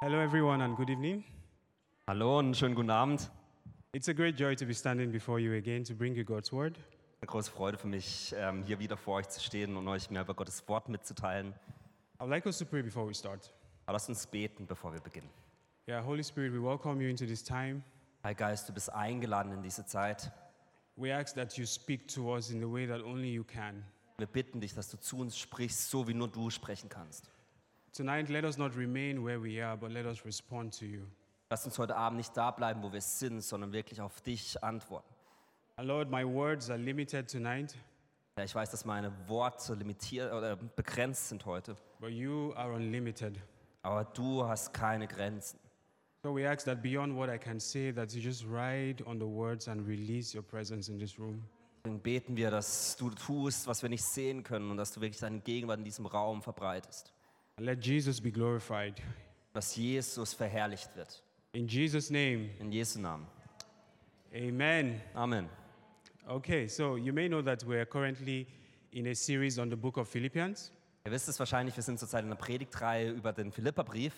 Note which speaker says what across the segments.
Speaker 1: Hello, everyone, and good evening.
Speaker 2: Hallo und schönen guten Abend.
Speaker 1: It's a great joy to be standing before you again to bring you God's word.
Speaker 2: Eine große Freude für mich, ähm, hier wieder vor euch zu stehen und euch mehr über Gottes Wort mitzuteilen.
Speaker 1: I would like us to pray before we start.
Speaker 2: Aber lasst uns beten, bevor wir beginnen.
Speaker 1: Yeah, Holy Spirit, we welcome you into this time.
Speaker 2: Herr Geist, du bist eingeladen in diese Zeit.
Speaker 1: We ask that you speak to us in the way that only you can.
Speaker 2: Wir bitten dich, dass du zu uns sprichst, so wie nur du sprechen kannst.
Speaker 1: Tonight, let us not remain where we are, but let us respond to you.
Speaker 2: Lass uns heute Abend nicht da bleiben, wo wir sind, sondern wirklich auf dich antworten.
Speaker 1: And Lord, my words are limited tonight,
Speaker 2: Ja, ich weiß, dass meine Worte limitiert oder begrenzt sind heute,
Speaker 1: but you are unlimited.
Speaker 2: aber du hast keine Grenzen.
Speaker 1: So we ask that beyond what I can say, that you just ride on the words and release your presence in this room.
Speaker 2: Deswegen beten wir, dass du tust, was wir nicht sehen können und dass du wirklich deine Gegenwart in diesem Raum verbreitest.
Speaker 1: And let Jesus be glorified.
Speaker 2: Dass Jesus verherrlicht wird.
Speaker 1: In Jesus' name,
Speaker 2: In Jesu Namen.
Speaker 1: amen.
Speaker 2: Amen.
Speaker 1: Okay, so you may know that we're currently in a series on the book of Philippians,
Speaker 2: Ihr wisst es wahrscheinlich, wir sind zurzeit in der Predigtreihe über den Philipperbrief.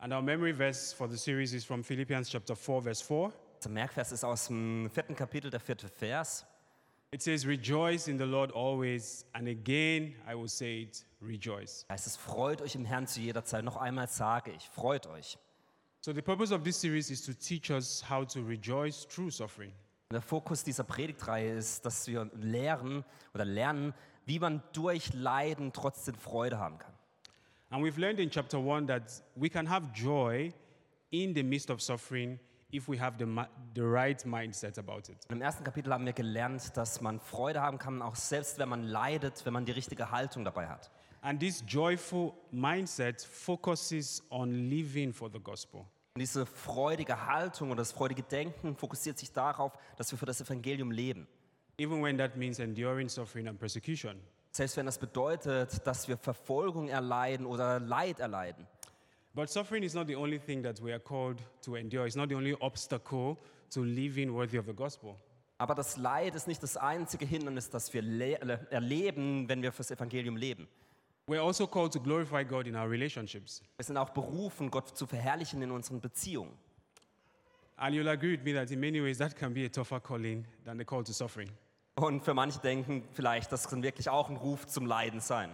Speaker 1: and our memory verse for the series is from Philippians chapter 4, verse 4.
Speaker 2: Der Merkvers ist aus dem vierten Kapitel, der vierte Vers.
Speaker 1: It says, Rejoice in the Lord always, and again I will say it, rejoice.
Speaker 2: Da heißt es, freut euch im Herrn zu jeder Zeit. Noch einmal sage ich, freut euch.
Speaker 1: So, the purpose of this series is to teach us how to rejoice through suffering.
Speaker 2: Und der Fokus dieser Predigtreihe ist, dass wir lehren oder lernen, wie man durch Leiden trotzdem Freude haben kann.
Speaker 1: And we've learned in chapter 1 that we can have joy in the midst of suffering if we have the, mi- the right mindset about it.
Speaker 2: Und Im ersten Kapitel haben wir gelernt, dass man Freude haben kann, auch selbst wenn man leidet, wenn man die richtige Haltung dabei hat.
Speaker 1: And this joyful mindset focuses on living for the gospel.
Speaker 2: Und diese freudige Haltung oder das freudige Denken fokussiert sich darauf, dass wir für das Evangelium leben.
Speaker 1: even when that means enduring suffering and persecution.
Speaker 2: Selbst wenn das bedeutet, dass wir Verfolgung erleiden oder Leid erleiden.
Speaker 1: But suffering is not the only thing that we are called to endure, it's not the only obstacle to living worthy of the gospel.
Speaker 2: Aber das Leid ist nicht das einzige Hindernis, das wir le- le- erleben, wenn wir fürs Evangelium leben.
Speaker 1: We're also called to glorify God in our relationships.
Speaker 2: Wir sind auch berufen, Gott zu verherrlichen in unseren Beziehungen.
Speaker 1: And you'll agree with me that in many ways that can be a tougher calling than the call to suffering.
Speaker 2: Und für manche denken vielleicht, das kann wirklich auch ein Ruf zum Leiden sein.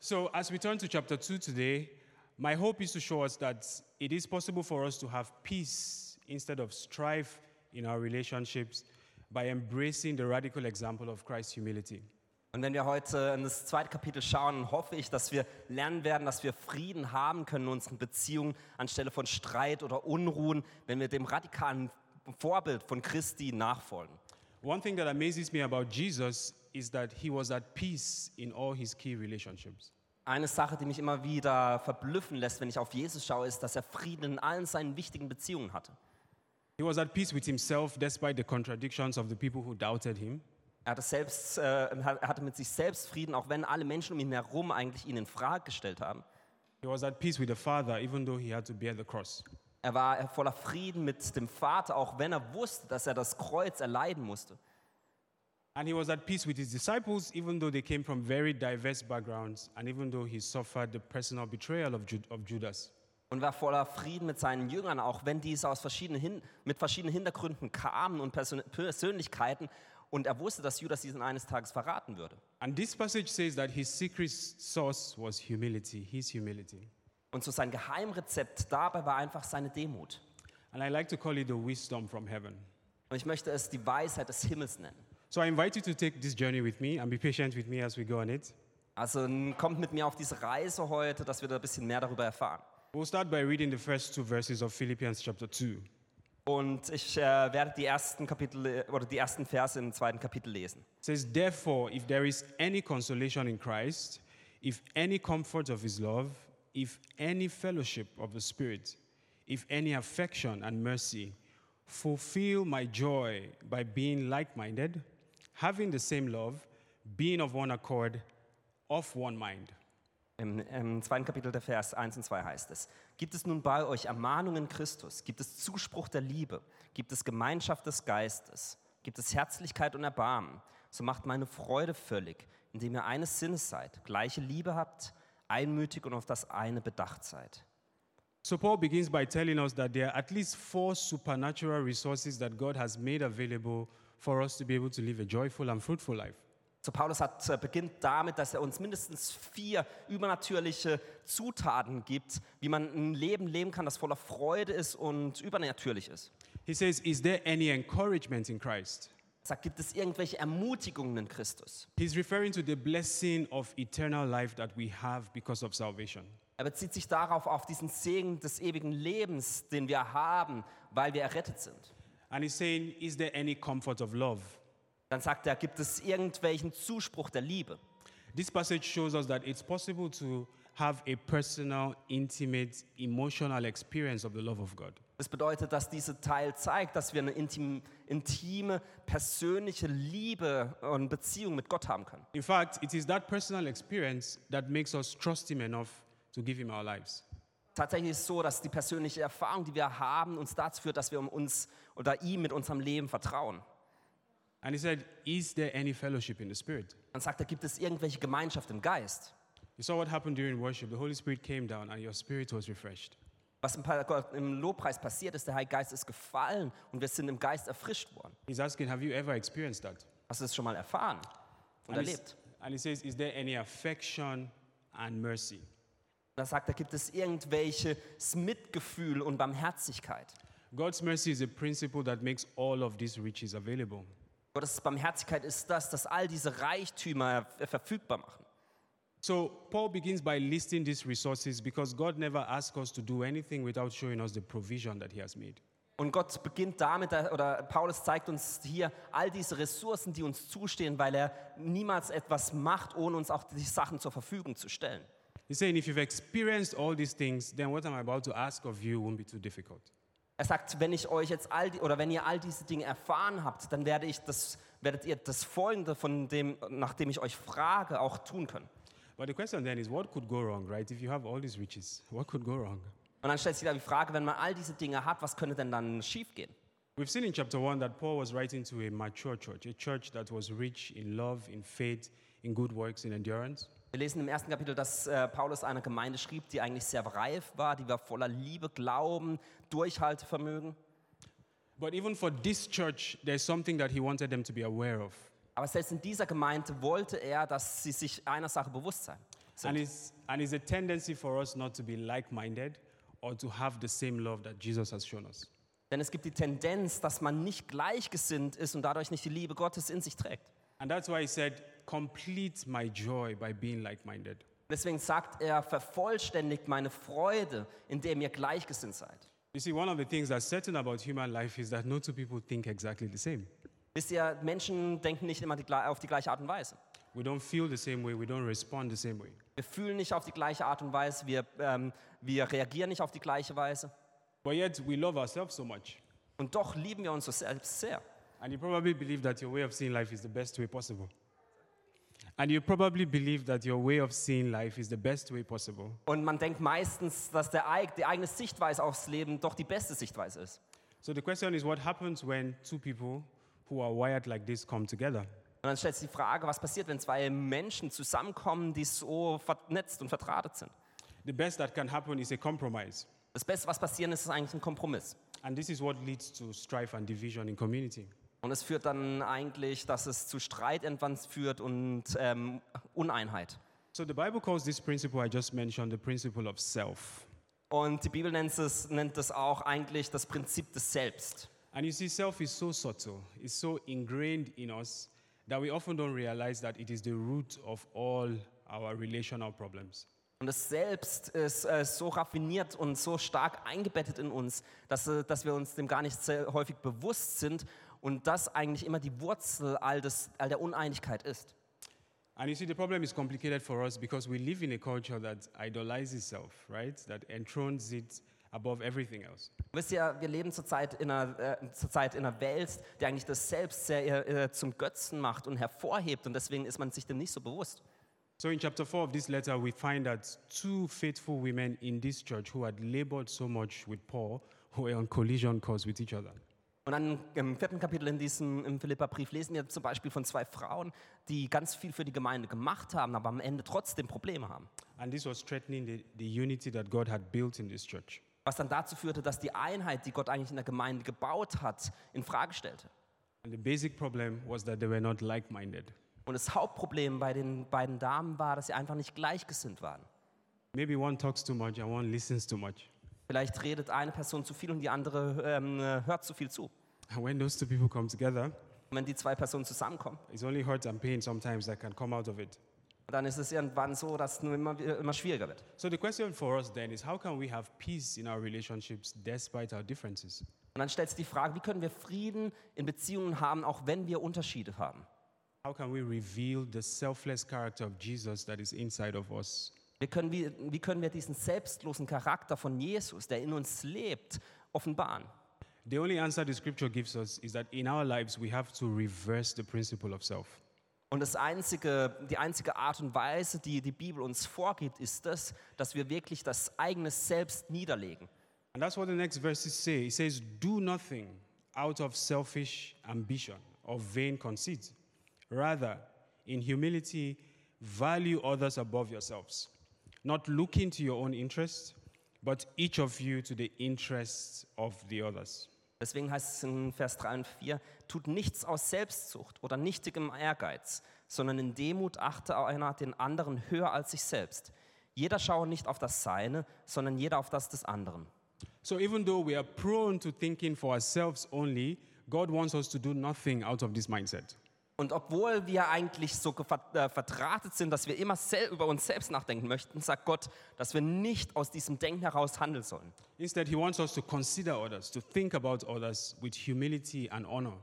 Speaker 1: So, as we turn to chapter 2 today, my hope is to show us that it is possible for us to have peace instead of strife in our relationships by embracing the radical example of Christ's humility.
Speaker 2: Und wenn wir heute in das zweite Kapitel schauen, hoffe ich, dass wir lernen werden, dass wir Frieden haben können in unseren Beziehungen anstelle von Streit oder Unruhen, wenn wir dem radikalen Vorbild von Christi nachfolgen.
Speaker 1: One thing that amazes me about Jesus is that he was at peace in all his key relationships.
Speaker 2: Eine Sache, die mich immer wieder verblüffen lässt, wenn ich auf Jesus schaue, ist, dass er Frieden in allen seinen wichtigen Beziehungen hatte.
Speaker 1: He was at peace with himself despite the contradictions of the people who doubted him.
Speaker 2: Er hatte, selbst, äh, er hatte mit sich selbst Frieden, auch wenn alle Menschen um ihn herum eigentlich ihn in Frage gestellt haben.
Speaker 1: He was at peace with the Father, even though he had to bear the cross.
Speaker 2: Er war voller Frieden mit dem Vater, auch wenn er wusste, dass er das Kreuz erleiden musste.
Speaker 1: And he was at peace with his disciples, even though they came from very diverse backgrounds, and even though he suffered the personal betrayal of, Ju- of Judas.
Speaker 2: und war voller Frieden mit seinen Jüngern, auch wenn diese aus verschiedenen Hin mit verschiedenen Hintergründen kamen und Persön Persönlichkeiten. Und er wusste, dass Judas diesen eines Tages verraten würde.
Speaker 1: And this passage says that his secret source was humility, his humility.
Speaker 2: Und so sein Geheimrezept dabei war einfach seine Demut.
Speaker 1: And I like to call it the wisdom from heaven.
Speaker 2: Und ich möchte es die Weisheit des Himmels nennen.
Speaker 1: So I invite you to take this journey with me and be patient with me as we go on it.
Speaker 2: Also n- kommt mit mir auf diese Reise heute, dass wir da ein bisschen mehr darüber erfahren.
Speaker 1: We'll start by reading the first two verses of Philippians chapter 2.
Speaker 2: Und ich äh, werde die ersten Kapitel äh, oder die ersten Verse im zweiten Kapitel lesen.
Speaker 1: It says, Therefore, if there is any consolation in Christ, if any comfort of his love, if any fellowship of the Spirit, if any affection and mercy, fulfill my joy by being like minded, having the same love, being of one accord, of one mind.
Speaker 2: Im, Im zweiten Kapitel der Vers 1 und 2 heißt es, gibt es nun bei euch Ermahnungen Christus, gibt es Zuspruch der Liebe, gibt es Gemeinschaft des Geistes, gibt es Herzlichkeit und Erbarmen, so macht meine Freude völlig, indem ihr eines Sinnes seid, gleiche Liebe habt, einmütig und auf das eine bedacht seid.
Speaker 1: So, Paul begins by telling us that there are at least four supernatural resources that God has made available for us to be able to live a joyful and fruitful life.
Speaker 2: So Paulus hat, äh, beginnt damit, dass er uns mindestens vier übernatürliche Zutaten gibt, wie man ein Leben leben kann, das voller Freude ist und übernatürlich ist.
Speaker 1: He says, Is there any encouragement in Christ?
Speaker 2: Er sagt, gibt es irgendwelche Ermutigungen in Christus?
Speaker 1: He's referring to the blessing of eternal life that we have because of salvation.
Speaker 2: Er bezieht sich darauf auf diesen Segen des ewigen Lebens, den wir haben, weil wir errettet sind.
Speaker 1: And he's saying, Is there any comfort of love?
Speaker 2: Dann sagt er, gibt es irgendwelchen Zuspruch der Liebe?
Speaker 1: This passage shows us that it's possible to have a personal, intimate, emotional experience of the love of God.
Speaker 2: Das bedeutet, dass dieser Teil zeigt, dass wir eine intim, intime, persönliche Liebe und Beziehung mit Gott haben können.
Speaker 1: In fact, it is that personal experience that makes us trust Him enough to give Him our lives.
Speaker 2: Tatsächlich ist es so, dass die persönliche Erfahrung, die wir haben, uns dazu führt, dass wir um uns oder ihm mit unserem Leben vertrauen.
Speaker 1: And He said, Is there any fellowship in the Spirit?
Speaker 2: Dann sagt er, gibt es irgendwelche Gemeinschaft im Geist?
Speaker 1: You saw what happened during worship. The Holy Spirit came down and your spirit was refreshed.
Speaker 2: Was im, Pa- im Lobpreis passiert ist, der Heilige Geist ist gefallen und wir sind im Geist erfrischt worden.
Speaker 1: He's asking, Have you ever experienced that?
Speaker 2: Hast du das schon mal erfahren und
Speaker 1: And, he's-
Speaker 2: erlebt?
Speaker 1: and He says, Is there any affection and mercy?
Speaker 2: Dann sagt er, gibt es irgendwelches Mitgefühl und Barmherzigkeit?
Speaker 1: God's mercy is a principle that makes all of these riches available.
Speaker 2: Gottes Barmherzigkeit ist das, dass all diese Reichtümer äh, verfügbar machen.
Speaker 1: So, Paul begins by listing these resources because God never asks us to do anything without showing us the provision that He has made.
Speaker 2: Und Gott beginnt damit, äh, oder Paulus zeigt uns hier all diese Ressourcen, die uns zustehen, weil er niemals etwas macht, ohne uns auch die Sachen zur Verfügung zu stellen.
Speaker 1: He's saying, if you've experienced all these things, then what I'm about to ask of you won't be too difficult.
Speaker 2: Er sagt, wenn ich euch jetzt all die, oder wenn ihr all diese Dinge erfahren habt, dann werde ich das, werdet ihr das Folgende, von dem, nachdem ich euch frage, auch tun können.
Speaker 1: But the question then is, what could go wrong, right? If you have all these riches, what could go wrong?
Speaker 2: Und dann stellt sich da die Frage, wenn man all diese Dinge hat, was könnte denn dann schiefgehen?
Speaker 1: We've seen in chapter one that Paul was writing to a mature church, a church that was rich in love, in faith, in good works, in endurance.
Speaker 2: Wir lesen im ersten Kapitel, dass äh, Paulus einer Gemeinde schrieb, die eigentlich sehr reif war, die war voller Liebe, Glauben, Durchhaltevermögen.
Speaker 1: But even for this church, there's something that he wanted them to be aware of.
Speaker 2: Aber selbst in dieser Gemeinde wollte er, dass sie sich einer Sache bewusst sein.
Speaker 1: And it's, and it's a tendency for us not to be like minded or to have the same love that Jesus has shown us.
Speaker 2: Denn es gibt die Tendenz, dass man nicht gleichgesinnt ist und dadurch nicht die Liebe Gottes in sich trägt.
Speaker 1: And that's why he said, Complete my joy by being like minded.
Speaker 2: Deswegen sagt er, vervollständigt meine Freude, indem ihr gleichgesinnt seid.
Speaker 1: You see, one of the things that's certain about human life is that no two people think exactly the same.
Speaker 2: Wisst ihr, Menschen denken nicht immer die, gle- auf die gleiche Art und Weise.
Speaker 1: We don't feel the same way, we don't respond the same way.
Speaker 2: Wir fühlen nicht auf die gleiche Art und Weise, wir, ähm, wir reagieren nicht auf die gleiche Weise.
Speaker 1: But yet, we love ourselves so much.
Speaker 2: Und doch lieben wir uns so selbst sehr.
Speaker 1: And you probably believe that your way of seeing life is the best way possible. And you probably believe that your way of seeing life is the best way possible.
Speaker 2: Und man denkt meistens, dass der, eig- die eigene Sichtweise aufs Leben doch die beste Sichtweise ist.
Speaker 1: So the question is what happens when two people who are wired like this come together?
Speaker 2: Und dann stellt sich die Frage, was passiert, wenn zwei Menschen zusammenkommen, die so vernetzt und vertratet sind?
Speaker 1: The best that can happen is a compromise.
Speaker 2: Das Beste, was passieren ist, ist eigentlich ein Kompromiss.
Speaker 1: And this is what leads to strife and division in community.
Speaker 2: Und es führt dann eigentlich, dass es zu Streit irgendwann führt und ähm, Uneinheit.
Speaker 1: So the Bible calls this principle I just mentioned the principle of self.
Speaker 2: Und die Bibel nennt es, nennt es auch eigentlich das Prinzip des Selbst.
Speaker 1: And you see, self is so subtle, it's so ingrained in us that we often don't realize that it is the root of all our relational problems.
Speaker 2: Und das Selbst ist äh, so raffiniert und so stark eingebettet in uns, dass, äh, dass wir uns dem gar nicht sehr häufig bewusst sind und das eigentlich immer die Wurzel all, des, all der Uneinigkeit ist.
Speaker 1: And you see, the problem is complicated for us because we live in a culture that idolizes self, right? That enthrones it above everything else.
Speaker 2: Wisst ihr, wir leben zurzeit in, einer, äh, zurzeit in einer Welt, die eigentlich das Selbst sehr äh, zum Götzen macht und hervorhebt und deswegen ist man sich dem nicht so bewusst.
Speaker 1: So, in chapter 4 of this letter, we find that two faithful women in this church who had labored so much with Paul were on collision course with each other.
Speaker 2: Und dann im vierten Kapitel in diesem im Philipperbrief lesen wir zum Beispiel von zwei Frauen, die ganz viel für die Gemeinde gemacht haben, aber am Ende trotzdem Probleme haben.
Speaker 1: And this was threatening the, the unity that God had built in this church.
Speaker 2: was dann dazu führte, dass die Einheit, die Gott eigentlich in der Gemeinde gebaut hat, in Frage stellte.
Speaker 1: And the basic problem was that they were not like minded.
Speaker 2: Und das Hauptproblem bei den beiden Damen war, dass sie einfach nicht gleichgesinnt waren.
Speaker 1: Maybe one talks too much and one listens too much.
Speaker 2: Vielleicht redet eine Person zu viel und die andere ähm, hört zu viel zu. Und
Speaker 1: And when those two people come together,
Speaker 2: wenn die zwei Personen zusammenkommen,
Speaker 1: it's only hurt and pain sometimes that can come out of it.
Speaker 2: dann ist es irgendwann so, dass es nur immer, immer schwieriger wird.
Speaker 1: So the question for us then is how can we have peace in our relationships despite our differences?
Speaker 2: Und dann stellt sich die Frage, wie können wir Frieden in Beziehungen haben, auch wenn wir Unterschiede haben?
Speaker 1: How can we reveal the selfless character of Jesus that is inside of us?
Speaker 2: Wir können, wie, wie können wir diesen selbstlosen Charakter von Jesus, der in uns lebt, offenbaren?
Speaker 1: The only answer the scripture gives us is that in our lives we have to reverse the principle of self.
Speaker 2: Und das einzige, die einzige Art und Weise, die die Bibel uns vorgibt, ist das, dass wir wirklich das eigene Selbst niederlegen.
Speaker 1: And that's what the next verses say. It says, Do nothing out of selfish ambition or vain conceit. Rather, in humility, value others above yourselves, not looking to your own interests, but each of you to the interests of the others.
Speaker 2: Deswegen heißt es in Vers 3 und 4, tut nichts aus Selbstsucht oder nichtigem Ehrgeiz, sondern in Demut achte einer den anderen höher als sich selbst. Jeder schaue nicht auf das Seine, sondern jeder auf das des anderen.
Speaker 1: So, even though we are prone to thinking for ourselves only, God wants us to do nothing out of this mindset.
Speaker 2: Und obwohl wir eigentlich so gefa- äh, verdrahtet sind, dass wir immer sel- über uns selbst nachdenken möchten, sagt Gott, dass wir nicht aus diesem Denken heraus handeln sollen.
Speaker 1: Instead, He wants us to consider others, to think about others with humility and honor.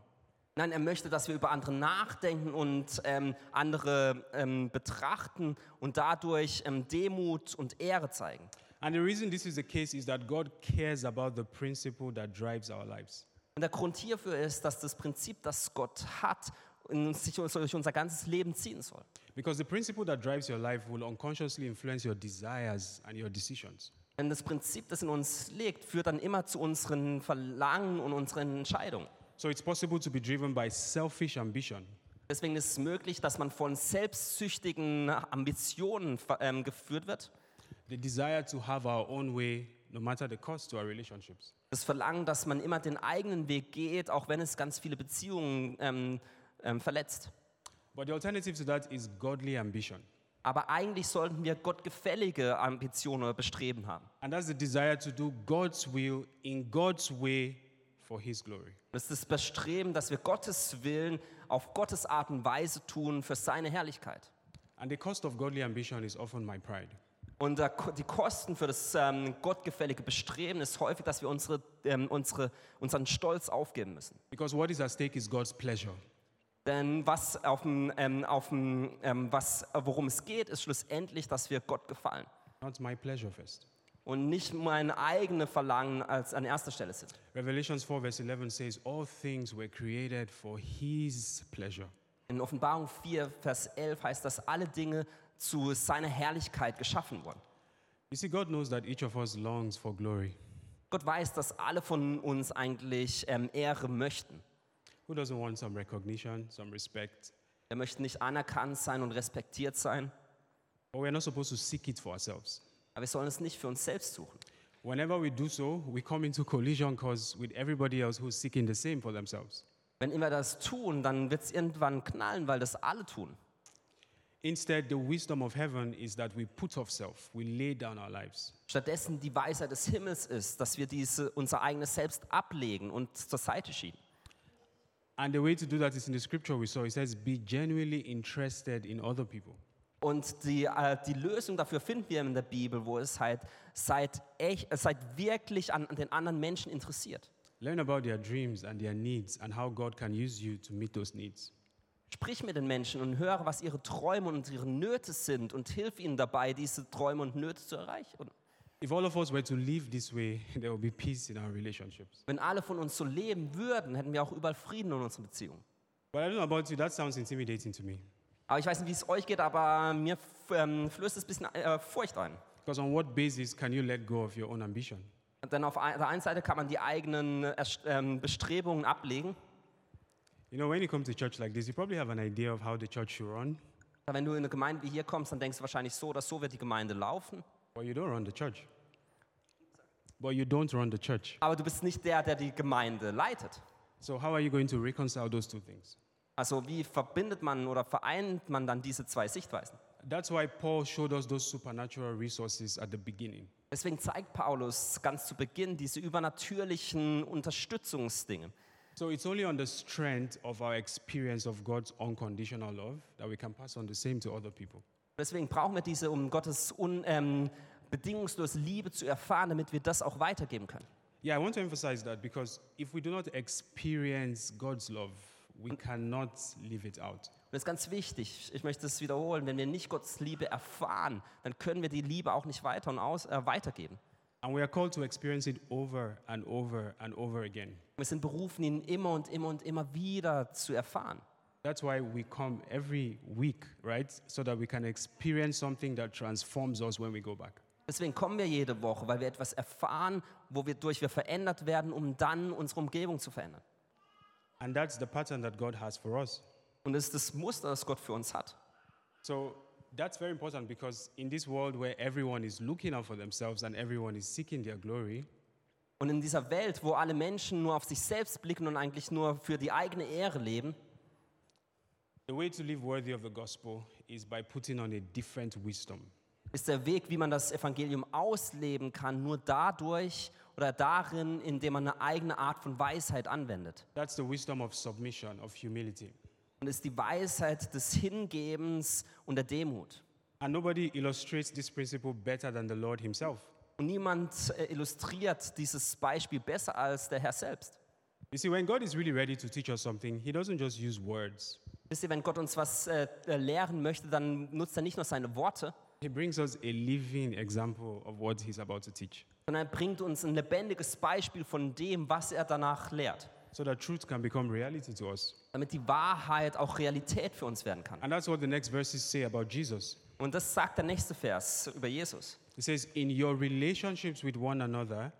Speaker 2: Nein, er möchte, dass wir über andere nachdenken und ähm, andere ähm, betrachten und dadurch ähm, Demut und Ehre zeigen.
Speaker 1: And the reason this is the case is that God cares about the principle that drives our lives.
Speaker 2: Und der Grund hierfür ist, dass das Prinzip, das Gott hat, in uns- sich durch unser ganzes Leben ziehen soll.
Speaker 1: Because the principle that drives your life will unconsciously influence your desires and your decisions.
Speaker 2: Denn das Prinzip, das in uns liegt, führt dann immer zu unseren Verlangen und unseren Entscheidungen.
Speaker 1: So it's possible to be driven by selfish ambition,
Speaker 2: Deswegen ist es möglich, dass man von selbstsüchtigen Ambitionen ver- ähm, geführt wird.
Speaker 1: the desire to have our own way, no matter the cost to our relationships.
Speaker 2: Das Verlangen, dass man immer den eigenen Weg geht, auch wenn es ganz viele Beziehungen ähm, ähm, verletzt.
Speaker 1: But the alternative to that is godly ambition.
Speaker 2: Aber eigentlich sollten wir gottgefällige Ambitionen oder Bestreben haben.
Speaker 1: And that's the desire to do God's will in God's way for His glory.
Speaker 2: Das ist das Bestreben, dass wir Gottes Willen auf Gottes Art und Weise tun für seine Herrlichkeit.
Speaker 1: And the cost of godly ambition is often my pride.
Speaker 2: Und der Ko- die Kosten für das ähm, gottgefällige Bestreben ist häufig, dass wir unsere, ähm, unsere, unseren Stolz aufgeben müssen.
Speaker 1: Because what is at stake is God's pleasure.
Speaker 2: Denn was, auf dem, ähm, auf dem, ähm, was, worum es geht, ist schlussendlich, dass wir Gott gefallen
Speaker 1: Not my pleasure first.
Speaker 2: und nicht mein eigenes Verlangen als an erster Stelle sind.
Speaker 1: Revelations 4, verse 11 says, All things were created for his pleasure.
Speaker 2: In Offenbarung 4, Vers 11 heißt, dass alle Dinge zu seiner Herrlichkeit geschaffen wurden.
Speaker 1: You see, God knows that each of us longs for glory.
Speaker 2: Gott weiß, dass alle von uns eigentlich ähm, Ehre möchten.
Speaker 1: Who doesn't want some recognition, some respect?
Speaker 2: Wir möchten nicht anerkannt sein und respektiert sein,
Speaker 1: But we're not supposed to seek it for ourselves.
Speaker 2: aber wir sollen es nicht für uns selbst suchen.
Speaker 1: Whenever we do so, we come into collision course with everybody else who's seeking the same for themselves.
Speaker 2: Wenn immer das tun, dann wird es irgendwann knallen, weil das alle tun.
Speaker 1: Instead, the wisdom of heaven is that we put off self, we lay down our lives.
Speaker 2: Stattdessen die Weisheit des Himmels ist, dass wir diese, unser eigenes Selbst ablegen und zur Seite schieben.
Speaker 1: And the way to do that is in the scripture we saw. It says, Be genuinely interested in other people.
Speaker 2: Und die, äh, die Lösung dafür finden wir in der Bibel, wo es halt seid, echt, äh, seid wirklich an, an den anderen Menschen interessiert.
Speaker 1: Learn about their dreams and their needs and how God can use you to meet those needs.
Speaker 2: Sprich mit den Menschen und höre, was ihre Träume und ihre Nöte sind und hilf ihnen dabei, diese Träume und Nöte zu erreichen.
Speaker 1: If all of us were to live this way, there would be peace in our relationships.
Speaker 2: Wenn alle von uns so leben würden, hätten wir auch überall Frieden in unseren Beziehungen.
Speaker 1: But I don't know about you, that sounds intimidating to me.
Speaker 2: Aber ich weiß nicht, wie es euch geht, aber mir f- ähm, flößt es ein bisschen äh, Furcht ein.
Speaker 1: Because on what basis can you let go of your own ambition?
Speaker 2: Denn auf ein- der einen Seite kann man die eigenen äh, Erst- ähm, Bestrebungen ablegen.
Speaker 1: You know, when you come to church like this, you probably have an idea of how the church should run,
Speaker 2: Aber wenn du in eine Gemeinde wie hier kommst, dann denkst du wahrscheinlich so oder so wird die Gemeinde laufen.
Speaker 1: but you don't run the church. but you don't run the church.
Speaker 2: Aber du bist nicht der, der die Gemeinde leitet.
Speaker 1: So, how are you going to reconcile those two things?
Speaker 2: Also wie verbindet man oder vereint man dann diese zwei Sichtweisen?
Speaker 1: That's why Paul showed us those supernatural resources at the beginning.
Speaker 2: Deswegen zeigt Paulus ganz zu Beginn diese übernatürlichen Unterstützungsdinge.
Speaker 1: So, it's only on the strength of our experience of God's unconditional love that we can pass on the same to other people.
Speaker 2: Deswegen brauchen wir diese, um Gottes un, ähm, bedingungslose Liebe zu erfahren, damit wir das auch weitergeben können.
Speaker 1: Yeah, I want to emphasize that because if we do not experience God's love, we cannot live it out.
Speaker 2: Und das ist ganz wichtig, ich möchte es wiederholen, wenn wir nicht Gottes Liebe erfahren, dann können wir die Liebe auch nicht weiter und aus, äh, weitergeben.
Speaker 1: And we are called to experience it over and over and over again.
Speaker 2: Wir sind berufen, ihn immer und immer und immer wieder zu erfahren.
Speaker 1: That's why we come every week, right? So that we can experience something that transforms us when we go back.
Speaker 2: Deswegen kommen wir jede Woche, weil wir etwas erfahren, wodurch wir verändert werden, um dann unsere Umgebung zu verändern.
Speaker 1: And that's the pattern that God has for us.
Speaker 2: Und das ist das Muster, das Gott für uns hat.
Speaker 1: So that's very important because in this world where everyone is looking out for themselves and everyone is seeking their glory,
Speaker 2: Und in dieser Welt, wo alle Menschen nur auf sich selbst blicken und eigentlich nur für die eigene Ehre leben,
Speaker 1: the way to live worthy of the gospel is by putting on a different wisdom.
Speaker 2: ist der Weg, wie man das Evangelium ausleben kann, nur dadurch oder darin, indem man eine eigene Art von Weisheit anwendet.
Speaker 1: That's the wisdom of submission, of humility.
Speaker 2: Und ist die Weisheit des Hingebens und der Demut.
Speaker 1: And nobody illustrates this principle better than the Lord Himself.
Speaker 2: Und niemand äh, illustriert dieses Beispiel besser als der Herr selbst.
Speaker 1: You see, when God is really ready to teach us something, He doesn't just use words,
Speaker 2: Wisst ihr, wenn Gott uns was äh, äh, lehren möchte, dann nutzt er nicht nur seine Worte,
Speaker 1: He brings us a living example of what He's about to teach
Speaker 2: sondern er bringt uns ein lebendiges Beispiel von dem, was er danach lehrt,
Speaker 1: so that truth can become reality to us.
Speaker 2: damit die Wahrheit auch Realität für uns werden kann.
Speaker 1: And that's what the next verses say about Jesus.
Speaker 2: Und das sagt der nächste Vers über Jesus.
Speaker 1: It says, In your relationships with one another,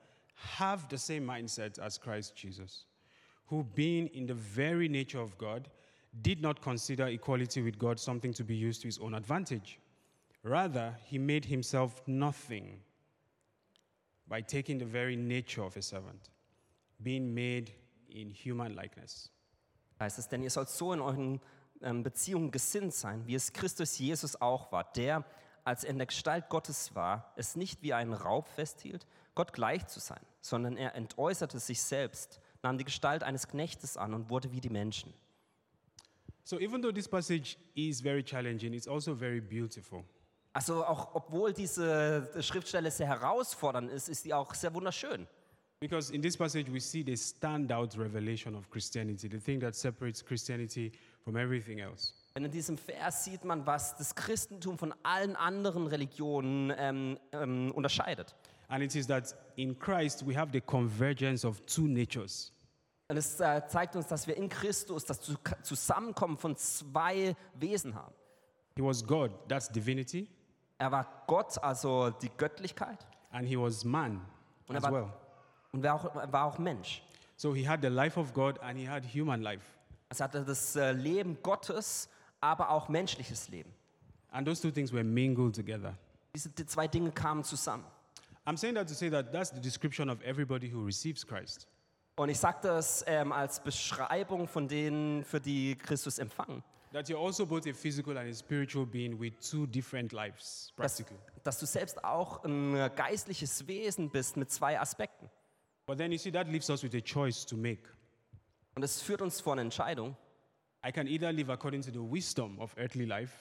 Speaker 1: have the same mindset as Christ Jesus, who, being in the very nature of God, did not consider equality with God something to be used to his own advantage. Rather, he made himself nothing by taking the very nature of a servant, being made in human likeness.
Speaker 2: heißt es, denn ihr sollt so in euren ähm, Beziehungen gesinnt sein, wie es Christus Jesus auch war, der, als er in der Gestalt Gottes war, es nicht wie einen Raub festhielt, Gott gleich zu sein, sondern er entäußerte sich selbst, nahm die Gestalt eines Knechtes an und wurde wie die Menschen.
Speaker 1: So, even though this passage is very challenging, it's also very beautiful.
Speaker 2: Also auch obwohl diese äh, Schriftstelle sehr herausfordernd ist, ist sie auch sehr wunderschön.
Speaker 1: Because in this passage, we see the standout revelation of Christianity, the thing that separates Christianity from everything else.
Speaker 2: Denn in diesem Vers sieht man, was das Christentum von allen anderen Religionen ähm, ähm, unterscheidet.
Speaker 1: And it is that in Christ, we have the convergence of two natures.
Speaker 2: Und es äh, zeigt uns, dass wir in Christus das Zu- Zusammenkommen von zwei Wesen haben.
Speaker 1: He was God, that's divinity,
Speaker 2: Er war Gott, also die Göttlichkeit,
Speaker 1: and he was man as
Speaker 2: about-
Speaker 1: well.
Speaker 2: und war auch, er war auch Mensch.
Speaker 1: So he had the life of God and he had human life.
Speaker 2: Also hatte das äh, Leben Gottes, aber auch menschliches Leben.
Speaker 1: And those two things were mingled together.
Speaker 2: Diese die zwei Dinge kamen zusammen.
Speaker 1: I'm saying that to say that that's the description of everybody who receives Christ.
Speaker 2: Und ich sage das ähm, als Beschreibung von denen, für die Christus empfangen.
Speaker 1: That you're also both a physical and a spiritual being with two different lives,
Speaker 2: Dass,
Speaker 1: practically.
Speaker 2: dass du selbst auch ein äh, geistliches Wesen bist mit zwei Aspekten.
Speaker 1: But then you see, that leaves us with a choice to make.
Speaker 2: Und es führt uns vor eine Entscheidung.
Speaker 1: I can either live according to the wisdom of earthly life,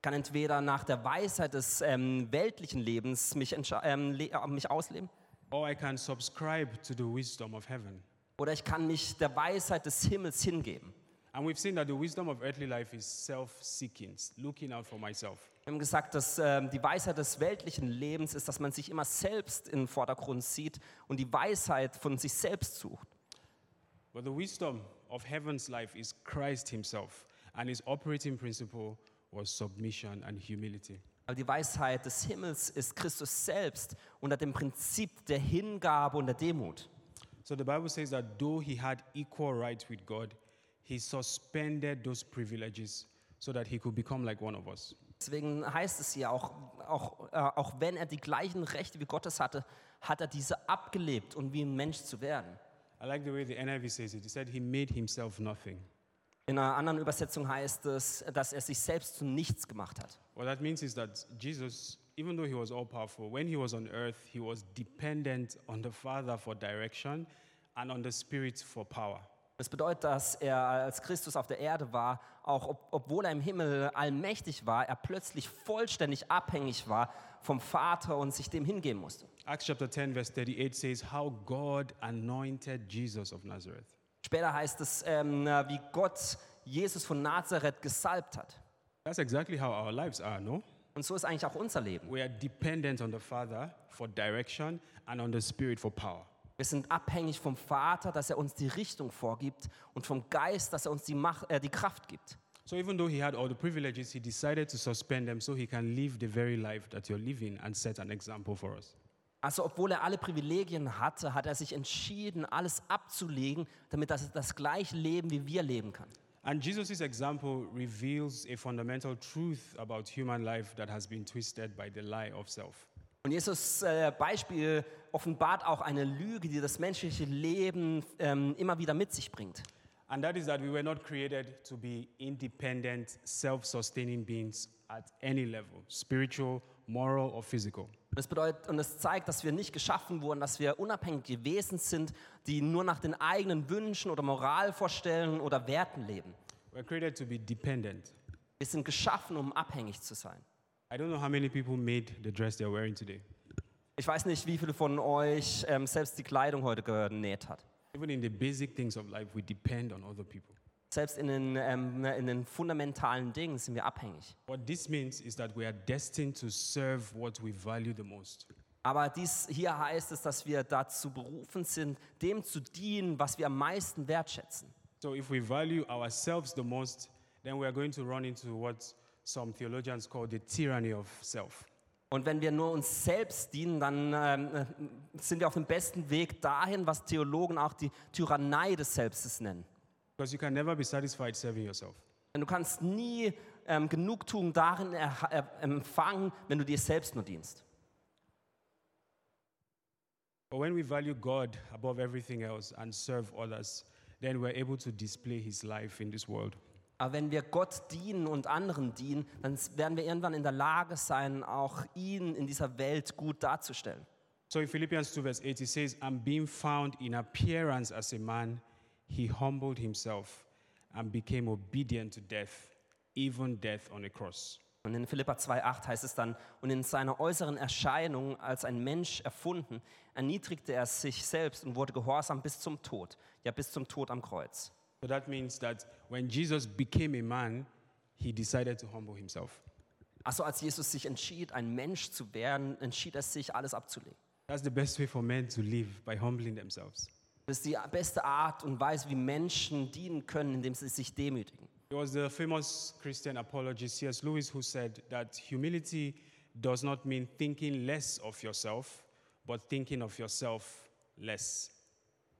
Speaker 2: kann entweder nach der Weisheit des ähm, weltlichen Lebens mich, entsche- ähm, le äh, mich ausleben
Speaker 1: or I can subscribe to the wisdom of heaven.
Speaker 2: oder ich kann mich der Weisheit des Himmels hingeben.
Speaker 1: And we've seen that the wisdom of earthly life is self seeking, looking out for myself.
Speaker 2: Wir haben gesagt, dass ähm, die Weisheit des weltlichen Lebens ist, dass man sich immer selbst in den Vordergrund sieht und die Weisheit von sich selbst sucht.
Speaker 1: But the wisdom of heaven's life is Christ Himself, and His operating principle was submission and humility.
Speaker 2: Aber die Weisheit des Himmels ist Christus selbst unter dem Prinzip der Hingabe und der Demut.
Speaker 1: So the Bible says that though He had equal rights with God, He suspended those privileges so that He could become like one of us.
Speaker 2: Deswegen heißt es hier auch, auch, äh, auch wenn er die gleichen Rechte wie Gottes hatte, hat er diese abgelebt, um wie ein Mensch zu werden.
Speaker 1: I like the way the NIV says it. He said he made himself nothing.
Speaker 2: In einer anderen Übersetzung heißt es, dass er sich selbst zu nichts gemacht hat.
Speaker 1: What that means is that Jesus, even though he was all powerful, when he was on earth, he was dependent on the Father for direction and on the Spirit for power.
Speaker 2: Das bedeutet, dass er als Christus auf der Erde war, auch ob, obwohl er im Himmel allmächtig war, er plötzlich vollständig abhängig war vom Vater und sich dem hingeben musste.
Speaker 1: Acts chapter 10, verse 38 says how God anointed Jesus of Nazareth.
Speaker 2: Später heißt es, ähm, äh, wie Gott Jesus von Nazareth gesalbt hat.
Speaker 1: That's exactly how our lives are, no?
Speaker 2: Und so ist eigentlich auch unser Leben.
Speaker 1: We are dependent on the Father for direction and on the Spirit for power.
Speaker 2: Wir sind abhängig vom Vater, dass er uns die Richtung vorgibt und vom Geist, dass er uns die, Macht, äh, die Kraft gibt.
Speaker 1: So even though he had all the privileges, he decided to suspend them so he can live the very life that you're living and set an example for us.
Speaker 2: Also obwohl er alle Privilegien hatte, hat er sich entschieden, alles abzulegen, damit er das gleiche Leben wie wir leben kann.
Speaker 1: And Jesus' example reveals a fundamental truth about human life that has been twisted by the lie of self.
Speaker 2: Und Jesus äh, Beispiel offenbart auch eine Lüge, die das menschliche Leben ähm, immer wieder mit sich bringt.
Speaker 1: And that is that we were not created to be independent, self sustaining beings at any level spiritual, moral, or physical.
Speaker 2: Und Das bedeutet und es zeigt, dass wir nicht geschaffen wurden, dass wir unabhängige Wesen sind, die nur nach den eigenen Wünschen oder Moralvorstellungen oder Werten leben.
Speaker 1: We're created to be dependent.
Speaker 2: Wir sind geschaffen, um abhängig zu sein.
Speaker 1: I don't know how many people made the dress they're wearing today.
Speaker 2: Ich weiß nicht, wie viele von euch ähm, selbst die Kleidung heute genäht hat.
Speaker 1: Even in the basic things of life, we depend on other people.
Speaker 2: Selbst in den, ähm, in den fundamentalen Dingen sind wir abhängig.
Speaker 1: What this means is that we are destined to serve what we value the most.
Speaker 2: Aber dies hier heißt es, dass wir dazu berufen sind, dem zu dienen, was wir am meisten wertschätzen.
Speaker 1: So, if we value ourselves the most, then we are going to run into what some theologians call the tyranny of self.
Speaker 2: Und wenn wir nur uns selbst dienen, dann ähm, äh, sind wir auf dem besten Weg dahin, was Theologen auch die Tyrannei des Selbstes nennen.
Speaker 1: Because you can never be satisfied serving yourself.
Speaker 2: Denn du kannst nie ähm, Genugtuung darin er, er, empfangen, wenn du dir selbst nur dienst.
Speaker 1: But when we value God above everything else and serve others, then we're able to display His life in this world.
Speaker 2: Aber wenn wir Gott dienen und anderen dienen, dann werden wir irgendwann in der Lage sein, auch ihn in dieser Welt gut darzustellen.
Speaker 1: So in Philippians 2, verse 8, it says, And being found in appearance as a man, he humbled himself and became obedient to death, even death on a cross.
Speaker 2: Und in Philippa 2,8 heißt es dann, und in seiner äußeren Erscheinung als ein Mensch erfunden, erniedrigte er sich selbst und wurde gehorsam bis zum Tod, ja bis zum Tod am Kreuz.
Speaker 1: So that means that when Jesus became a man, he decided to humble himself.
Speaker 2: Also als Jesus sich entschied, ein Mensch zu werden, entschied er sich, alles abzulegen.
Speaker 1: That's the best way for men to live by humbling themselves.
Speaker 2: Das ist die beste Art und Weise, wie Menschen dienen können, indem sie sich demütigen.
Speaker 1: It was the famous Christian apologist C.S. Lewis who said that humility does not mean thinking less of yourself, but thinking of yourself less.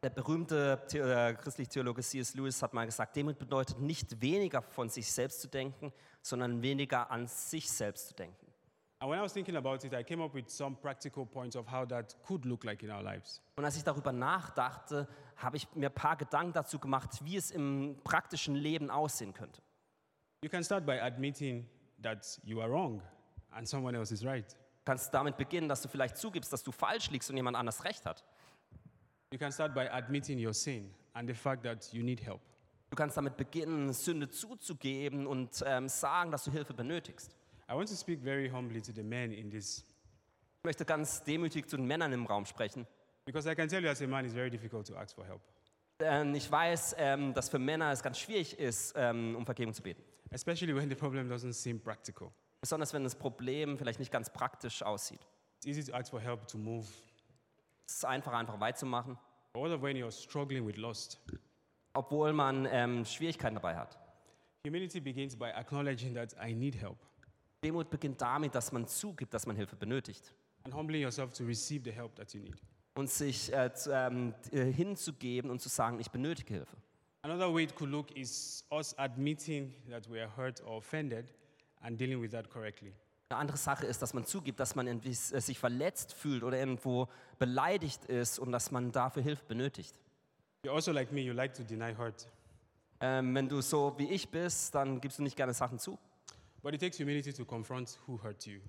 Speaker 2: Der berühmte The äh, christliche Theologe C.S. Lewis hat mal gesagt, Demut bedeutet nicht weniger von sich selbst zu denken, sondern weniger an sich selbst zu denken.
Speaker 1: And when I was thinking about it, I came up with some practical points of how that could look like in our lives.
Speaker 2: Und als ich darüber nachdachte, habe ich mir ein paar Gedanken dazu gemacht, wie es im praktischen Leben aussehen könnte.
Speaker 1: You can start by admitting that you are wrong and someone else is right.
Speaker 2: Du kannst damit beginnen, dass du vielleicht zugibst, dass du falsch liegst und jemand anders recht hat.
Speaker 1: You can start by admitting your sin and the fact that you need help.
Speaker 2: Du kannst damit beginnen, Sünde zuzugeben und ähm, sagen, dass du Hilfe benötigst.
Speaker 1: I want to speak very humbly to the men in this
Speaker 2: Ich möchte ganz demütig zu den Männern im Raum sprechen.
Speaker 1: because I can tell you as a man it's very difficult to ask for help,
Speaker 2: Ähm, ich weiß, ähm, dass für Männer es ganz schwierig ist, ähm, um Vergebung zu beten.
Speaker 1: especially when the problem doesn't seem practical.
Speaker 2: Besonders wenn das Problem vielleicht nicht ganz praktisch aussieht.
Speaker 1: It's easy to ask for help to move.
Speaker 2: Es ist einfach, einfach weit zu machen,
Speaker 1: But what of when you're struggling with lust?
Speaker 2: obwohl man ähm, Schwierigkeiten dabei hat.
Speaker 1: Humility begins by acknowledging that I need help
Speaker 2: Demut beginnt damit, dass man zugibt, dass man Hilfe benötigt
Speaker 1: and humbling yourself to receive the help that you need.
Speaker 2: und sich äh, zu, ähm, äh, hinzugeben und zu sagen, ich benötige Hilfe.
Speaker 1: Another way it could look is us admitting that we are hurt or offended and dealing with that correctly.
Speaker 2: Eine andere Sache ist, dass man zugibt, dass man irgendwie s- äh, sich verletzt fühlt oder irgendwo beleidigt ist und dass man dafür Hilfe benötigt.
Speaker 1: You're also like me, you like to deny hurt.
Speaker 2: Ähm, wenn du so wie ich bist, dann gibst du nicht gerne Sachen zu.
Speaker 1: But it takes humility to confront who hurt you.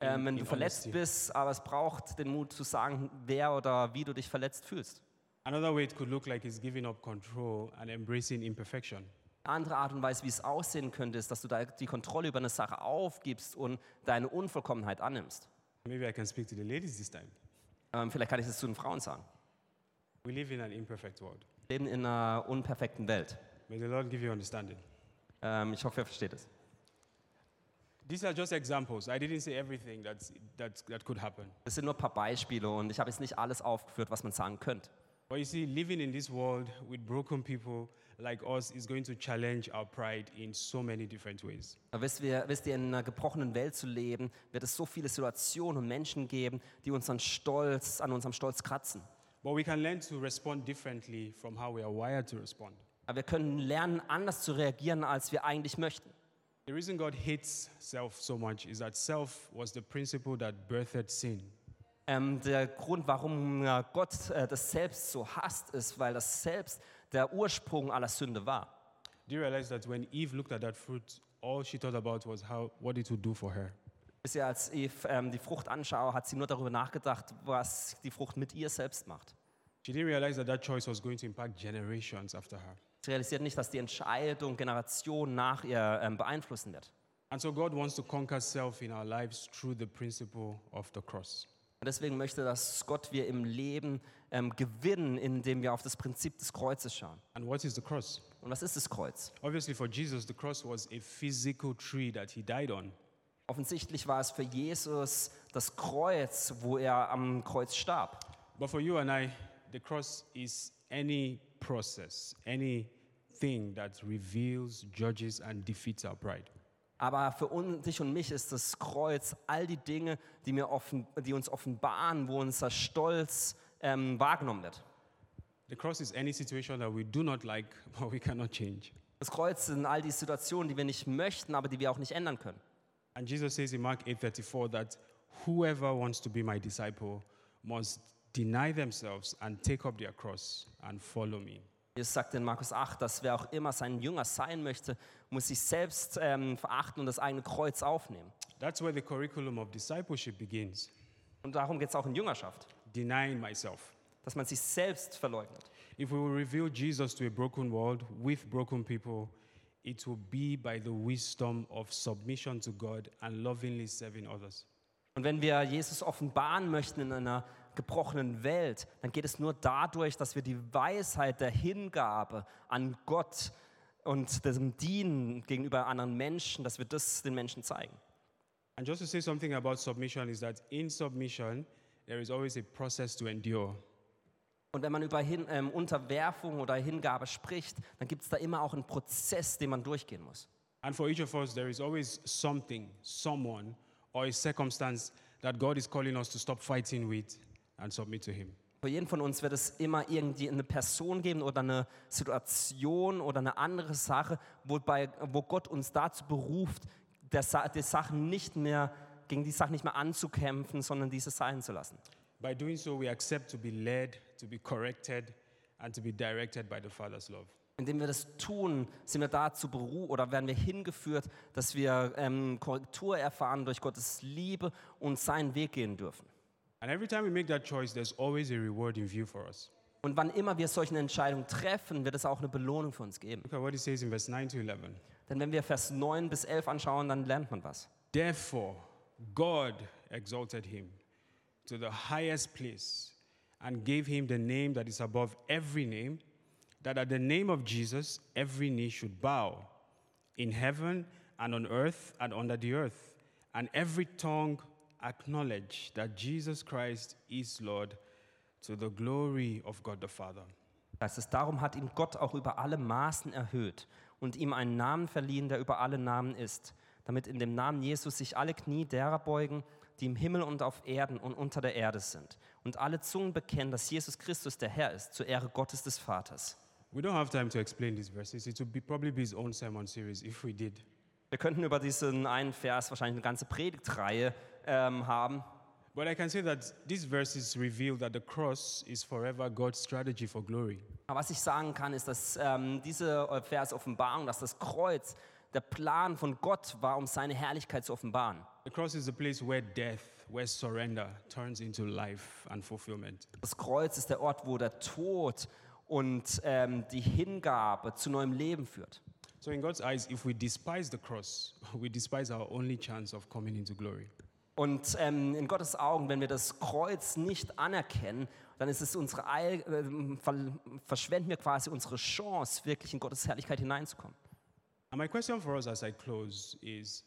Speaker 2: Ähm, wenn
Speaker 1: in
Speaker 2: du verletzt
Speaker 1: honesty.
Speaker 2: bist, aber es braucht den Mut zu sagen, wer oder wie du dich verletzt fühlst.
Speaker 1: Another way it could look like is giving up control and embracing imperfection.
Speaker 2: Eine andere Art und Weise, wie es aussehen könnte, ist, dass du da die Kontrolle über eine Sache aufgibst und deine Unvollkommenheit annimmst.
Speaker 1: Maybe I can speak to the ladies this time.
Speaker 2: Ähm, vielleicht kann ich das zu den Frauen sagen.
Speaker 1: We live in an imperfect world.
Speaker 2: Wir leben in einer unperfekten Welt.
Speaker 1: May the Lord give you understanding.
Speaker 2: Ähm, ich hoffe, ihr versteht es.
Speaker 1: These are just examples. I didn't say everything that's, that, that could happen.
Speaker 2: Das sind nur ein paar Beispiele und ich habe jetzt nicht alles aufgeführt, was man sagen könnte.
Speaker 1: But you see, living in this world with broken people like us is going to challenge our pride in so many different ways.
Speaker 2: Aber wisst ihr, wisst ihr, in einer gebrochenen Welt zu leben, wird es so viele Situationen und Menschen geben, die unseren Stolz, an unserem Stolz kratzen.
Speaker 1: But we can learn to respond differently from how we are wired to respond.
Speaker 2: Aber wir können lernen, anders zu reagieren, als wir eigentlich möchten.
Speaker 1: The reason God hates self so much is that self was the principle that birthed sin.
Speaker 2: Ähm, der Grund, warum äh, Gott äh, das Selbst so hasst, ist, weil das Selbst der Ursprung aller Sünde war.
Speaker 1: Do you realize that when Eve looked at that fruit, all she thought about was how what it would do for her?
Speaker 2: Bis ihr als Eve ähm, die Frucht anschaue, hat sie nur darüber nachgedacht, was die Frucht mit ihr selbst macht.
Speaker 1: She didn't realize that that choice was going to impact generations after her.
Speaker 2: Sie realisiert nicht, dass die Entscheidung Generationen nach ihr ähm, beeinflussen wird.
Speaker 1: And so God wants to conquer self in our lives through the principle of the cross.
Speaker 2: Und deswegen möchte, dass Gott wir im Leben ähm, gewinnen, indem wir auf das Prinzip des Kreuzes schauen.
Speaker 1: And what is the cross?
Speaker 2: Und was ist das Kreuz?
Speaker 1: Obviously, for Jesus, the cross was a physical tree that he died on.
Speaker 2: Offensichtlich war es für Jesus das Kreuz, wo er am Kreuz starb.
Speaker 1: But for you and I, the cross is any process, anything that reveals, judges, and defeats our pride.
Speaker 2: Aber für un, dich und mich ist das Kreuz all die Dinge, die, mir offen, die uns offenbaren, wo unser Stolz ähm, wahrgenommen wird.
Speaker 1: The cross is any situation that we do not like, but we cannot change.
Speaker 2: Das Kreuz sind all die Situationen, die wir nicht möchten, aber die wir auch nicht ändern können.
Speaker 1: And Jesus says in Mark 8:34 that whoever wants to be my disciple must deny themselves and take up their cross and follow me.
Speaker 2: Jesus sagt in Markus 8, dass wer auch immer sein Jünger sein möchte, muss sich selbst ähm, verachten und das eigene Kreuz aufnehmen.
Speaker 1: That's where the curriculum of discipleship begins,
Speaker 2: Und darum geht es auch in Jüngerschaft,
Speaker 1: denying myself.
Speaker 2: dass man sich selbst verleugnet.
Speaker 1: If we will reveal Jesus to a broken world with broken people, it will be by the wisdom of submission to God and lovingly serving others.
Speaker 2: Und wenn wir Jesus offenbaren möchten in einer gebrochenen Welt, dann geht es nur dadurch, dass wir die Weisheit der Hingabe an Gott und dem Dienen gegenüber anderen Menschen, dass wir das den Menschen zeigen.
Speaker 1: And just to say something about submission is that in submission, there is always a process to endure.
Speaker 2: Und wenn man über Hin ähm, Unterwerfung oder Hingabe spricht, dann gibt es da immer auch einen Prozess, den man durchgehen muss.
Speaker 1: And for each of us, there is always something, someone, or a circumstance that God is calling us to stop fighting with and submit to Him.
Speaker 2: Für jeden von uns wird es immer irgendwie eine Person geben oder eine Situation oder eine andere Sache, wobei, wo Gott uns dazu beruft, der, Sa- die Sachen nicht mehr, gegen die Sachen nicht mehr anzukämpfen, sondern diese sein zu lassen.
Speaker 1: By doing so, we accept to be led, to be corrected, and to be directed by the Father's love.
Speaker 2: Indem wir das tun, sind wir dazu beruht oder werden wir hingeführt, dass wir ähm, Korrektur erfahren durch Gottes Liebe und seinen Weg gehen dürfen.
Speaker 1: And every time we make that choice, there's always a reward in view for us.
Speaker 2: Und wann immer wir solche Entscheidungen treffen, wird es auch eine Belohnung für uns geben.
Speaker 1: Look at what it says in verse 9 to 11.
Speaker 2: Denn wenn wir Vers 9 bis 11 anschauen, dann lernt man was.
Speaker 1: Therefore, God exalted him to the highest place and gave him the name that is above every name, that at the name of Jesus every knee should bow in heaven and on earth and under the earth, and every tongue acknowledge that Jesus Christ is Lord to the glory of God the Father.
Speaker 2: Da heißt es, darum hat ihn Gott auch über alle Maßen erhöht und ihm einen Namen verliehen, der über alle Namen ist, damit in dem Namen Jesus sich alle Knie derer beugen, die im Himmel und auf Erden und unter der Erde sind, und alle Zungen bekennen, dass Jesus Christus der Herr ist, zur Ehre Gottes des Vaters.
Speaker 1: We don't have time to explain these verses. It would be probably be his own sermon series if we did.
Speaker 2: Wir könnten über diesen einen Vers wahrscheinlich eine ganze Predigtreihe ähm, haben.
Speaker 1: But I can say that these verses reveal that the cross is forever God's strategy for glory.
Speaker 2: Aber was ich sagen kann, ist, dass ähm, diese Vers Offenbarung, dass das Kreuz der Plan von Gott war, um seine Herrlichkeit zu offenbaren.
Speaker 1: The cross is the place where death, where surrender turns into life and fulfillment.
Speaker 2: Das Kreuz ist der Ort, wo der Tod und ähm, die Hingabe zu neuem Leben führt.
Speaker 1: So, in God's eyes, if we despise the cross, we despise our only chance of coming into glory.
Speaker 2: Und ähm, in Gottes Augen, wenn wir das Kreuz nicht anerkennen, dann ist es unsere Eil, ähm, ver verschwenden wir quasi unsere Chance, wirklich in Gottes Herrlichkeit hineinzukommen.
Speaker 1: And my question for us as I close is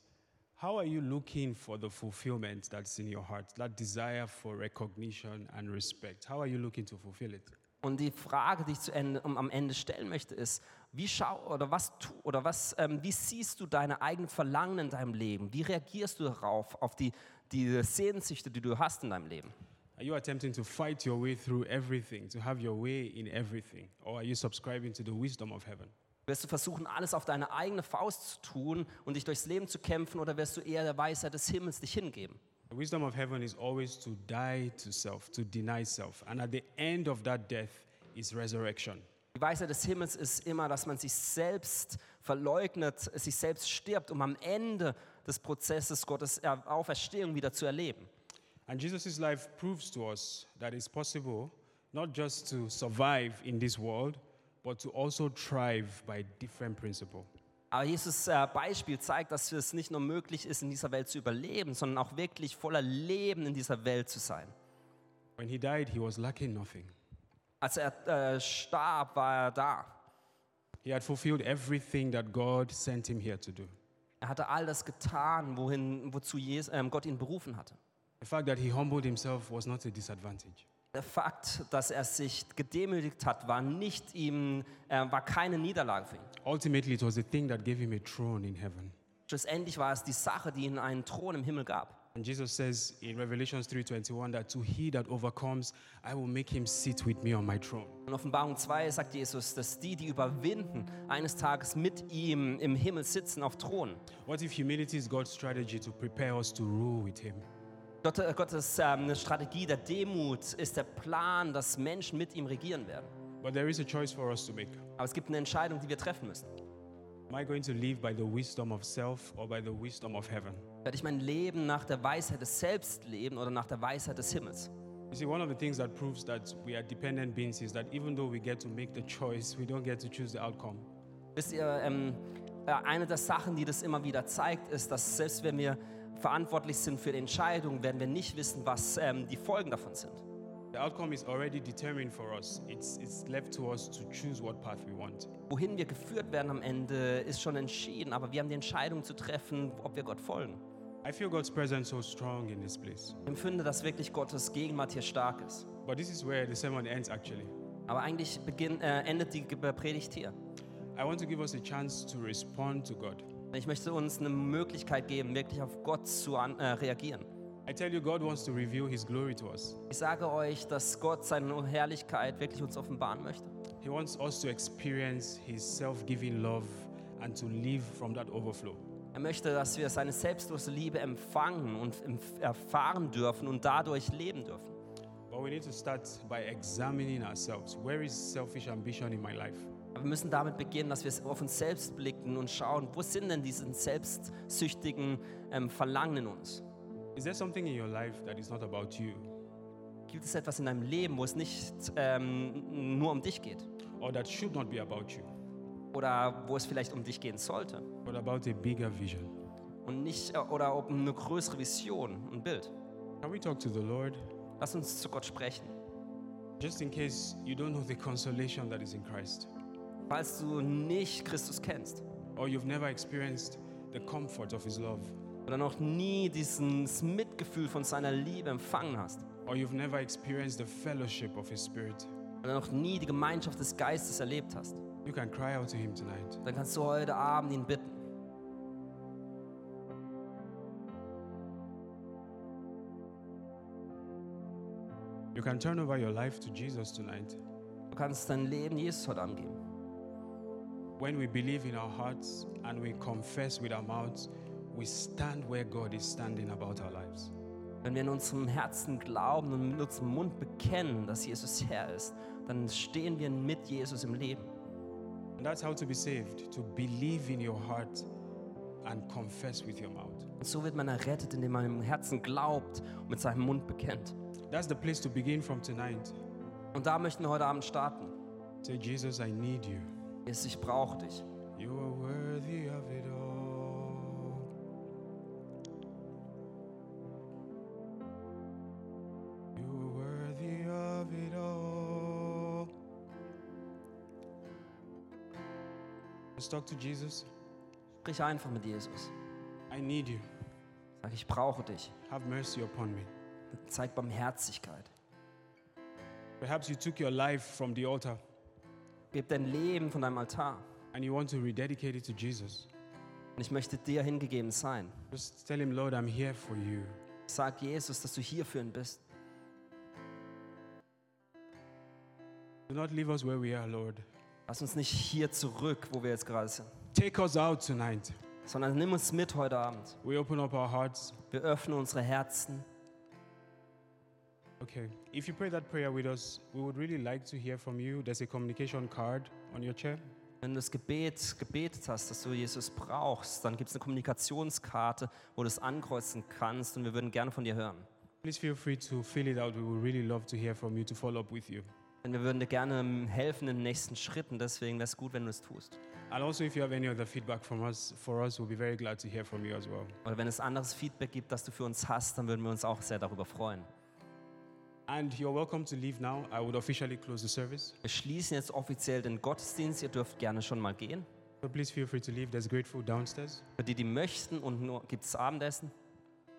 Speaker 1: how are you looking for the fulfillment that's in your heart, that desire for recognition and respect? How are you looking to fulfill it?
Speaker 2: Und die Frage, die ich zu Ende, um, am Ende stellen möchte, ist: Wie schau oder was tu, oder was ähm, wie siehst du deine eigenen Verlangen in deinem Leben? Wie reagierst du darauf auf die die Sehnsüchte, die du hast in deinem Leben?
Speaker 1: Are you attempting to fight your way through everything, to have your way in everything? Or are you subscribing to the wisdom of heaven?
Speaker 2: Wirst du versuchen, alles auf deine eigene Faust zu tun und dich durchs Leben zu kämpfen, oder wirst du eher der Weisheit des Himmels dich hingeben?
Speaker 1: The wisdom of heaven is always to die to self, to deny self. And at the end of that death is resurrection.
Speaker 2: Die Weisheit des Himmels ist immer, dass man sich selbst verleugnet, sich selbst stirbt, um am Ende des Prozesses Gottes äh, Auferstehung wieder zu erleben.
Speaker 1: And Jesus' life proves to us that it's possible not just to survive in this world, but to also thrive by different principle.
Speaker 2: Aber Jesus' äh, Beispiel zeigt, dass es nicht nur möglich ist, in dieser Welt zu überleben, sondern auch wirklich voller Leben in dieser Welt zu sein.
Speaker 1: When he died, he was lacking nothing.
Speaker 2: Als er äh, starb, war er da.
Speaker 1: He had fulfilled everything that God sent him here to do.
Speaker 2: Er hatte all das getan, wohin, wozu Jes- ähm, Gott ihn berufen hatte.
Speaker 1: The fact that he humbled himself was not a disadvantage.
Speaker 2: Der Fakt, dass er sich gedemütigt hat, war nicht ihm, äh, war keine Niederlage für ihn.
Speaker 1: Ultimately, it was the thing that gave him a throne in heaven.
Speaker 2: Schlussendlich war es die Sache, die ihnen einen Thron im Himmel gab.
Speaker 1: And Jesus says in Revelations 3:21 that to he that overcomes, I will make him sit with me on my throne.
Speaker 2: In Offenbarung 2 sagt Jesus, dass die, die überwinden, eines Tages mit ihm im Himmel sitzen auf Thronen.
Speaker 1: What if humility is God's strategy to prepare us to rule with him?
Speaker 2: Gott, äh, Gottes ähm, Strategie der Demut ist der Plan, dass Menschen mit ihm regieren werden.
Speaker 1: But there is a choice for us to make.
Speaker 2: Aber es gibt eine Entscheidung, die wir treffen müssen.
Speaker 1: Am I going to live by the wisdom of self or by the wisdom of heaven?
Speaker 2: Werde ich mein Leben nach der Weisheit des Selbst leben oder nach der Weisheit des Himmels?
Speaker 1: You see, one of the things that proves that we are dependent beings is that even though we get to make the choice, we don't get to choose the outcome.
Speaker 2: Wisst ihr, ähm, äh, eine der Sachen, die das immer wieder zeigt, ist, dass selbst wenn wir verantwortlich sind für die Entscheidung, werden wir nicht wissen, was ähm, die Folgen davon sind.
Speaker 1: The outcome is already determined for us. It's, it's left to us to choose what path we want.
Speaker 2: Wohin wir geführt werden am Ende, ist schon entschieden, aber wir haben die Entscheidung zu treffen, ob wir Gott folgen.
Speaker 1: I feel God's presence so strong in this place.
Speaker 2: Ich empfinde, dass wirklich Gottes Gegenwart hier stark ist.
Speaker 1: But this is where the sermon ends, actually.
Speaker 2: Aber eigentlich beginn, äh, endet die Ge- Predigt hier.
Speaker 1: I want to give us a chance to respond to God.
Speaker 2: Ich möchte uns eine Möglichkeit geben, wirklich auf Gott zu an, äh, reagieren.
Speaker 1: I tell you, God wants to reveal His glory to us.
Speaker 2: Ich sage euch, dass Gott seine Herrlichkeit wirklich uns offenbaren möchte.
Speaker 1: He wants us to experience His self giving love and to live from that overflow.
Speaker 2: Er möchte, dass wir seine selbstlose Liebe empfangen und empf- erfahren dürfen und dadurch leben dürfen.
Speaker 1: But we need to start by examining ourselves. Where is selfish ambition in my life?
Speaker 2: Aber wir müssen damit beginnen, dass wir es auf uns selbst blicken und schauen, wo sind denn diese selbstsüchtigen ähm, Verlangen in uns?
Speaker 1: Is there something in your life that is not about you
Speaker 2: Gibt es etwas in deinem Leben, wo es nicht ähm, nur um dich geht?
Speaker 1: or that should not be about you,
Speaker 2: Oder wo es vielleicht um dich gehen sollte?
Speaker 1: but about a bigger vision?
Speaker 2: Und nicht, äh, oder um eine größere Vision, ein Bild.
Speaker 1: Can we talk to the Lord?
Speaker 2: Lass uns zu Gott sprechen.
Speaker 1: Just in case you don't know the consolation that is in Christ,
Speaker 2: Falls du nicht Christus kennst
Speaker 1: or you've never experienced the comfort of His love,
Speaker 2: oder noch nie dieses Mitgefühl von seiner Liebe empfangen hast,
Speaker 1: or you've never experienced the fellowship of His Spirit,
Speaker 2: wenn du noch nie die Gemeinschaft des Geistes erlebt hast,
Speaker 1: you can cry out to Him tonight.
Speaker 2: dann kannst du heute Abend ihn bitten.
Speaker 1: You can turn over your life to Jesus tonight.
Speaker 2: Du kannst dein Leben Jesus heute angeben.
Speaker 1: When we believe in our hearts and we confess with our mouths, we stand where God is standing about our lives.
Speaker 2: Wenn wir in unserem Herzen glauben und mit unserem Mund bekennen, dass Jesus Herr ist, dann stehen wir mit Jesus im Leben.
Speaker 1: And that's how to be saved to believe in your heart and confess with your mouth.
Speaker 2: Und so wird man errettet, indem man im Herzen glaubt und mit seinem Mund bekennt.
Speaker 1: That's the place to begin from tonight.
Speaker 2: Und da möchten wir heute Abend starten.
Speaker 1: Say, Jesus, I need you.
Speaker 2: Jesus, ich brauche dich.
Speaker 1: You are worthy of it all. You are worthy of it all. Let's talk to Jesus.
Speaker 2: Sprich einfach mit Jesus.
Speaker 1: I need you.
Speaker 2: Sag, ich brauche dich.
Speaker 1: Have mercy upon me.
Speaker 2: Zeig Barmherzigkeit.
Speaker 1: Perhaps you took your life from the altar
Speaker 2: Gib dein Leben von deinem Altar.
Speaker 1: and you want to rededicate it to Jesus.
Speaker 2: Und ich möchte dir hingegeben sein.
Speaker 1: Just tell him, Lord, I'm here for you.
Speaker 2: Sag Jesus, dass du hier für ihn bist.
Speaker 1: Do not leave us where we are, Lord.
Speaker 2: Lass uns nicht hier zurück, wo wir jetzt gerade sind,
Speaker 1: Take us out tonight.
Speaker 2: sondern nimm uns mit heute Abend.
Speaker 1: We open up our hearts.
Speaker 2: Wir öffnen unsere Herzen.
Speaker 1: Okay. If you pray that prayer with us, we would really like to hear from you. There's a communication card on your chair.
Speaker 2: Wenn du das Gebet gebetet hast, dass du Jesus brauchst, dann gibt es eine Kommunikationskarte, wo du es ankreuzen kannst und wir würden gerne von dir hören.
Speaker 1: Please feel free to fill it out. We would really love to hear from you, to follow up with you.
Speaker 2: Denn wir würden dir gerne helfen in den nächsten Schritten, deswegen wäre es gut, wenn du es tust.
Speaker 1: And also, if you have any other feedback from us, for us, we'll be very glad to hear from you as well.
Speaker 2: Oder wenn es anderes Feedback gibt, das du für uns hast, dann würden wir uns auch sehr darüber freuen.
Speaker 1: And you're welcome to leave now. I would officially close the service.
Speaker 2: Wir schließen jetzt offiziell den Gottesdienst. Ihr dürft gerne schon mal gehen.
Speaker 1: So please feel free to leave. There's great food downstairs.
Speaker 2: Für die, die möchten, und gibt es Abendessen.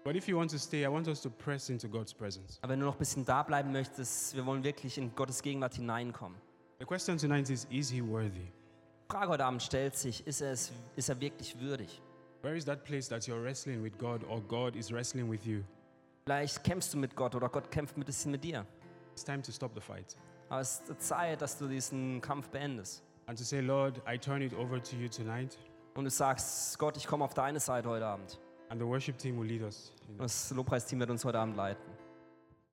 Speaker 1: But if you want to stay, I want us to press into God's presence.
Speaker 2: Aber wenn du noch ein bisschen da bleiben möchtest, wir wollen wirklich in Gottes Gegenwart hineinkommen.
Speaker 1: The question tonight is Is He worthy?
Speaker 2: Die Frage heute Abend stellt sich, ist er, es, ist er wirklich würdig?
Speaker 1: Where is that place that you're wrestling with God or God is wrestling with you?
Speaker 2: Vielleicht kämpfst du mit Gott oder Gott kämpft ein bisschen mit dir.
Speaker 1: It's time to stop the fight
Speaker 2: Aber es ist Zeit, dass du diesen Kampf beendest.
Speaker 1: and to say, Lord, I turn it over to you tonight.
Speaker 2: Und du sagst, Gott, ich komme auf deine Seite heute Abend.
Speaker 1: And the worship team will lead us.
Speaker 2: Und das Lobpreisteam wird uns heute Abend leiten.